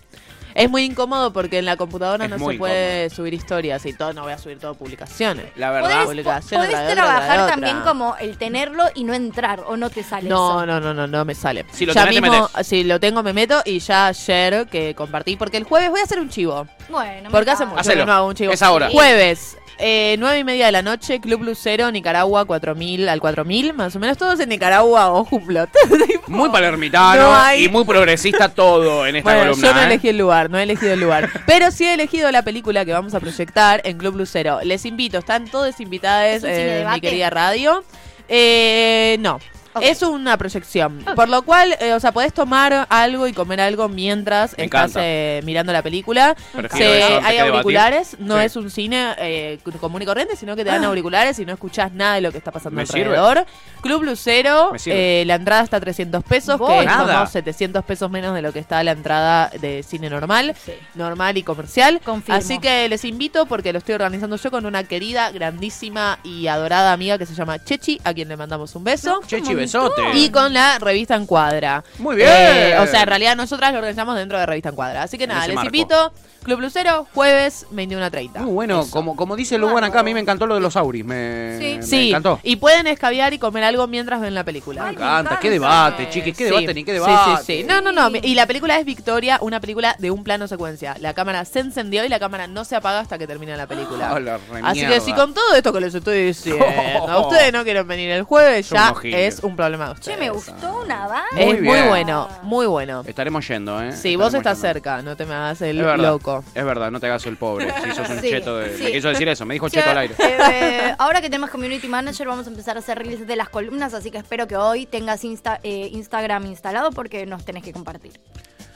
[SPEAKER 3] Es muy incómodo porque en la computadora
[SPEAKER 2] Es
[SPEAKER 3] no
[SPEAKER 2] muy
[SPEAKER 3] se puede subir historias y todo, no voy a subir todo publicaciones.
[SPEAKER 2] La
[SPEAKER 4] Podés,
[SPEAKER 2] verdad.
[SPEAKER 4] po-
[SPEAKER 3] Obligación,
[SPEAKER 4] podés
[SPEAKER 3] la otra, la
[SPEAKER 4] trabajar
[SPEAKER 3] otra.
[SPEAKER 4] también como el tenerlo y no entrar o no te sale
[SPEAKER 3] No,
[SPEAKER 4] eso.
[SPEAKER 3] no, no, no, no me sale.
[SPEAKER 2] Si lo
[SPEAKER 3] ya
[SPEAKER 2] tenés, te
[SPEAKER 3] mismo,
[SPEAKER 2] metés.
[SPEAKER 3] si lo tengo, me meto y ya ayer que compartí, porque el jueves voy a hacer un chivo.
[SPEAKER 4] Bueno, me
[SPEAKER 3] Porque hace mucho
[SPEAKER 4] encanta.
[SPEAKER 3] que
[SPEAKER 2] Hacelo.
[SPEAKER 3] Ah. no hago un chivo.
[SPEAKER 2] Es ahora.
[SPEAKER 3] Jueves, eh, 9 y media de la noche, Club Lucero, Nicaragua, 4000 al 4000, más o menos. Todos en Nicaragua o Humblot. Tipo,
[SPEAKER 2] Muy palermitano
[SPEAKER 3] No hay-
[SPEAKER 2] y muy progresista todo en esta
[SPEAKER 3] bueno,
[SPEAKER 2] columna.
[SPEAKER 3] yo no
[SPEAKER 2] ¿eh?
[SPEAKER 3] elegí el lugar, no he elegido el lugar. Pero sí he elegido la película que vamos a proyectar en Club Lucero. Les invito, están todos invitados eh,
[SPEAKER 4] ¿Es un cine
[SPEAKER 3] en mi
[SPEAKER 4] debate?
[SPEAKER 3] querida radio. Eh, no.
[SPEAKER 4] Ok.
[SPEAKER 3] Es una proyección. Por lo cual, eh, o sea, podés tomar algo y comer algo mientras
[SPEAKER 2] Me
[SPEAKER 3] estás
[SPEAKER 2] encanta.
[SPEAKER 3] eh, mirando la película.
[SPEAKER 2] Prefiero
[SPEAKER 3] Se-
[SPEAKER 2] eso antes que
[SPEAKER 3] hay
[SPEAKER 2] debatir.
[SPEAKER 3] auriculares, no
[SPEAKER 2] Sí. Ah.
[SPEAKER 3] es un cine eh, común y corriente, sino que te dan auriculares y no escuchás nada de lo que está pasando
[SPEAKER 2] Me sirve.
[SPEAKER 3] alrededor. Club Lucero,
[SPEAKER 2] Me sirve.
[SPEAKER 3] eh, la entrada está a 300 pesos,
[SPEAKER 4] Voy.
[SPEAKER 3] que es
[SPEAKER 2] Nada.
[SPEAKER 3] como 700 pesos menos de lo que está la entrada de cine normal,
[SPEAKER 4] Sí.
[SPEAKER 3] normal y comercial.
[SPEAKER 4] Confirmo.
[SPEAKER 3] Así que les invito porque lo estoy organizando yo con una querida, grandísima y adorada amiga que se llama Chechi, a quien le mandamos un beso.
[SPEAKER 2] Chechi besote.
[SPEAKER 3] Y con la revista Encuadra.
[SPEAKER 2] Muy bien.
[SPEAKER 3] Eh, o sea, en realidad nosotras lo organizamos dentro de Revista Encuadra. Así que
[SPEAKER 2] En
[SPEAKER 3] nada,
[SPEAKER 2] ese
[SPEAKER 3] les
[SPEAKER 2] marco.
[SPEAKER 3] invito. Club Lucero, jueves 21.30.
[SPEAKER 2] Muy bueno, como, como dice Lugan acá, a mí me encantó lo de los auris. Me,
[SPEAKER 4] Sí.
[SPEAKER 2] me
[SPEAKER 3] Sí,
[SPEAKER 2] encantó.
[SPEAKER 3] y pueden escabear y comer algo mientras ven la película.
[SPEAKER 2] Me
[SPEAKER 4] Ay,
[SPEAKER 2] encanta, qué
[SPEAKER 4] me
[SPEAKER 2] debate, chiquis, qué
[SPEAKER 3] Sí.
[SPEAKER 2] debate, ni qué
[SPEAKER 3] Sí,
[SPEAKER 2] debate.
[SPEAKER 3] Sí, sí, No, no, no. Y la película es Victoria, una película de un plano secuencia. La cámara se encendió y la cámara no se apaga hasta que termina la película.
[SPEAKER 2] Ah, la
[SPEAKER 3] Así
[SPEAKER 2] remierda.
[SPEAKER 3] que si con todo esto que les estoy diciendo, a ustedes no quieren venir el jueves,
[SPEAKER 2] Son
[SPEAKER 3] ya
[SPEAKER 2] unos genios.
[SPEAKER 3] es un problema de ustedes.
[SPEAKER 4] Che, me gustó una banda.
[SPEAKER 3] Es
[SPEAKER 2] Muy
[SPEAKER 3] muy,
[SPEAKER 2] bien.
[SPEAKER 3] bueno, muy bueno.
[SPEAKER 2] Estaremos yendo, ¿eh?
[SPEAKER 3] Sí, vos
[SPEAKER 2] Estaremos
[SPEAKER 3] estás
[SPEAKER 2] yendo.
[SPEAKER 3] cerca, no te me hagas el
[SPEAKER 2] Es verdad,
[SPEAKER 3] loco.
[SPEAKER 2] es verdad, no te hagas el pobre. Si sos un
[SPEAKER 4] Sí,
[SPEAKER 2] cheto de- Me
[SPEAKER 4] sí.
[SPEAKER 2] quiso decir eso, me dijo cheto al aire.
[SPEAKER 4] Eh, ahora que tenemos community manager, vamos a empezar a hacer reels de las columnas, así que espero que hoy tengas Insta- eh, Instagram instalado porque nos tenés que compartir.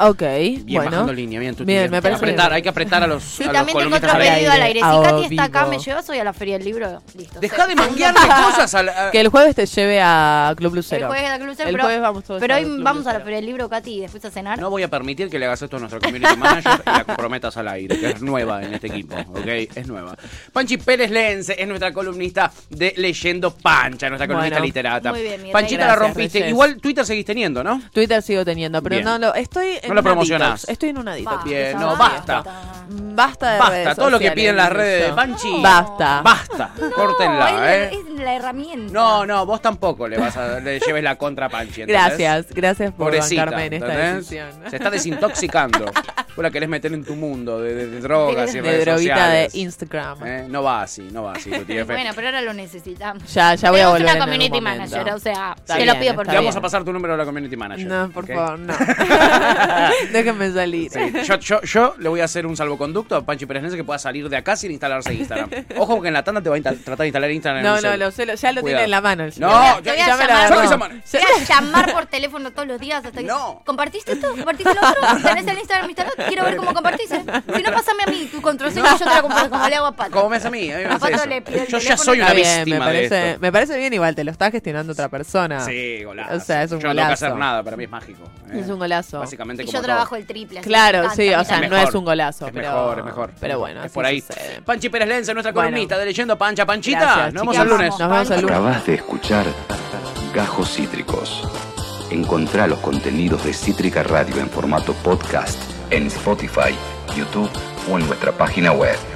[SPEAKER 3] Ok,
[SPEAKER 2] Bien,
[SPEAKER 3] bueno.
[SPEAKER 2] bajando línea, bien. tú
[SPEAKER 3] Bien, me parece
[SPEAKER 2] apretar,
[SPEAKER 3] bien.
[SPEAKER 2] Hay que apretar a los,
[SPEAKER 4] Y
[SPEAKER 2] a los
[SPEAKER 4] también tengo otro
[SPEAKER 2] columnistas.
[SPEAKER 3] al aire.
[SPEAKER 4] pedido al aire. Si
[SPEAKER 3] A
[SPEAKER 4] Katy está acá,
[SPEAKER 3] vivo.
[SPEAKER 4] me llevas hoy a la Feria del Libro. Listo.
[SPEAKER 2] Deja de
[SPEAKER 4] Segundo.
[SPEAKER 2] manguearme cosas al... a-
[SPEAKER 3] Que el jueves te lleve a Club
[SPEAKER 4] El
[SPEAKER 3] Lucero.
[SPEAKER 4] jueves, a la Club Cero,
[SPEAKER 3] El
[SPEAKER 4] pero,
[SPEAKER 3] jueves vamos todos
[SPEAKER 4] pero
[SPEAKER 3] a
[SPEAKER 4] hoy
[SPEAKER 3] Club
[SPEAKER 4] vamos a la
[SPEAKER 3] Lucero.
[SPEAKER 4] Feria del Libro, Katy, y después a cenar.
[SPEAKER 2] No voy a permitir que le hagas esto a nuestra community manager y la comprometas al aire, que es nueva en este equipo, ¿ok? Es nueva. Panchi Pérez Lense es nuestra columnista de Leyendo Pancha, nuestra columnista
[SPEAKER 3] Bueno.
[SPEAKER 2] literata.
[SPEAKER 4] Muy bien, mi rey.
[SPEAKER 2] Panchita la
[SPEAKER 3] Gracias,
[SPEAKER 2] rompiste.
[SPEAKER 3] Reyes.
[SPEAKER 2] Igual Twitter seguís teniendo, ¿no?
[SPEAKER 3] Twitter sigo teniendo, pero
[SPEAKER 2] Bien.
[SPEAKER 3] no lo. Estoy en
[SPEAKER 2] No lo
[SPEAKER 3] una
[SPEAKER 2] promocionás.
[SPEAKER 3] detox, Estoy en una detox.
[SPEAKER 2] Bien, no, basta.
[SPEAKER 3] Basta de
[SPEAKER 2] Basta,
[SPEAKER 3] redes
[SPEAKER 2] todo lo que
[SPEAKER 3] Eh, sociales,
[SPEAKER 2] piden las
[SPEAKER 3] no
[SPEAKER 2] redes de
[SPEAKER 3] sé.
[SPEAKER 2] Panchi.
[SPEAKER 3] Basta.
[SPEAKER 2] Basta, córtenla,
[SPEAKER 4] es,
[SPEAKER 2] ¿eh?
[SPEAKER 4] la- es la herramienta.
[SPEAKER 2] No, no, vos tampoco le vas a le lleves la contra a Panchi. ¿entendés?
[SPEAKER 3] Gracias, gracias por
[SPEAKER 2] Pobrecita,
[SPEAKER 3] bancarme en esta
[SPEAKER 2] ¿entendés?
[SPEAKER 3] decisión.
[SPEAKER 2] Se está desintoxicando. Vos la querés meter en tu mundo de, de- de drogas y
[SPEAKER 3] De
[SPEAKER 2] redes
[SPEAKER 3] droguita
[SPEAKER 2] sociales.
[SPEAKER 3] de Instagram.
[SPEAKER 2] Eh, No va así, no va así, tu tía Fe.
[SPEAKER 4] Bueno, pero ahora lo necesitamos.
[SPEAKER 3] Ya, ya voy a
[SPEAKER 4] Tenemos
[SPEAKER 3] volver. en
[SPEAKER 4] una
[SPEAKER 3] algún
[SPEAKER 4] community
[SPEAKER 3] momento.
[SPEAKER 4] manager, o sea,
[SPEAKER 3] Está
[SPEAKER 4] te
[SPEAKER 3] bien,
[SPEAKER 4] lo pido por
[SPEAKER 3] está
[SPEAKER 2] Te
[SPEAKER 4] favor.
[SPEAKER 2] vamos a pasar tu número a la community manager.
[SPEAKER 3] No, por
[SPEAKER 2] ¿ok?
[SPEAKER 3] favor, no. Déjenme salir.
[SPEAKER 2] Sí, yo, yo, yo le voy a hacer un salvoconducto a Panchi Pérez Lense que pueda salir de acá sin instalarse Instagram. Ojo que en la tanda te va a insta- tratar de instalar Instagram. en
[SPEAKER 3] No,
[SPEAKER 2] el
[SPEAKER 3] no,
[SPEAKER 2] celu.
[SPEAKER 3] lo sé, lo- ya lo
[SPEAKER 2] Cuidado.
[SPEAKER 3] tiene en la mano el
[SPEAKER 2] No,
[SPEAKER 3] celular.
[SPEAKER 2] yo-
[SPEAKER 4] Te voy a
[SPEAKER 3] Ya me la
[SPEAKER 4] llamar.
[SPEAKER 2] Yo voy a
[SPEAKER 3] agarró.
[SPEAKER 2] llamar.
[SPEAKER 4] Te voy a llamar por teléfono todos los días hasta que.
[SPEAKER 2] No.
[SPEAKER 4] ¿Compartiste esto? ¿Compartiste lo otro? ¿Tenés el Instagram instalado? Quiero ver cómo compartís. ¿eh? Si no, pásame a mí tu contraseña y yo te la comparto como le hago a Pato.
[SPEAKER 2] Como me hace a mí. a mí me
[SPEAKER 4] A
[SPEAKER 2] hace
[SPEAKER 4] Pato
[SPEAKER 2] eso.
[SPEAKER 4] le pido el
[SPEAKER 2] Yo ya
[SPEAKER 4] teléfono
[SPEAKER 2] soy
[SPEAKER 4] y-
[SPEAKER 2] una
[SPEAKER 3] Está bien,
[SPEAKER 2] víctima
[SPEAKER 3] me
[SPEAKER 2] de
[SPEAKER 3] parece,
[SPEAKER 2] esto.
[SPEAKER 3] me parece bien igual, te lo está gestionando otra persona.
[SPEAKER 2] Sí, golazo.
[SPEAKER 3] O sea, es un
[SPEAKER 2] Yo no tengo que
[SPEAKER 3] golazo.
[SPEAKER 2] hacer nada, para mí es mágico. ¿eh?
[SPEAKER 3] Es un golazo.
[SPEAKER 2] Básicamente
[SPEAKER 4] Y
[SPEAKER 2] como
[SPEAKER 4] yo
[SPEAKER 2] todo.
[SPEAKER 4] trabajo el triple. así que me
[SPEAKER 3] Claro,
[SPEAKER 4] encanta,
[SPEAKER 3] sí,
[SPEAKER 4] me
[SPEAKER 3] o sea,
[SPEAKER 4] encanta.
[SPEAKER 3] no es un golazo,
[SPEAKER 2] Es
[SPEAKER 3] pero
[SPEAKER 2] mejor, es mejor.
[SPEAKER 3] Pero bueno,
[SPEAKER 2] es por
[SPEAKER 3] así
[SPEAKER 2] ahí.
[SPEAKER 3] sucede.
[SPEAKER 2] Panchi Pérez Lense, nuestra
[SPEAKER 3] Bueno.
[SPEAKER 2] columnista de Leyendo Pancha. Panchita,
[SPEAKER 3] Gracias,
[SPEAKER 2] nos vemos
[SPEAKER 3] chicas.
[SPEAKER 2] el lunes.
[SPEAKER 4] Nos
[SPEAKER 3] Nos vemos el lunes.
[SPEAKER 1] Acabas de escuchar Gajos Cítricos. Encontrá los contenidos de Cítrica Radio en formato podcast en Spotify, YouTube o en nuestra página web.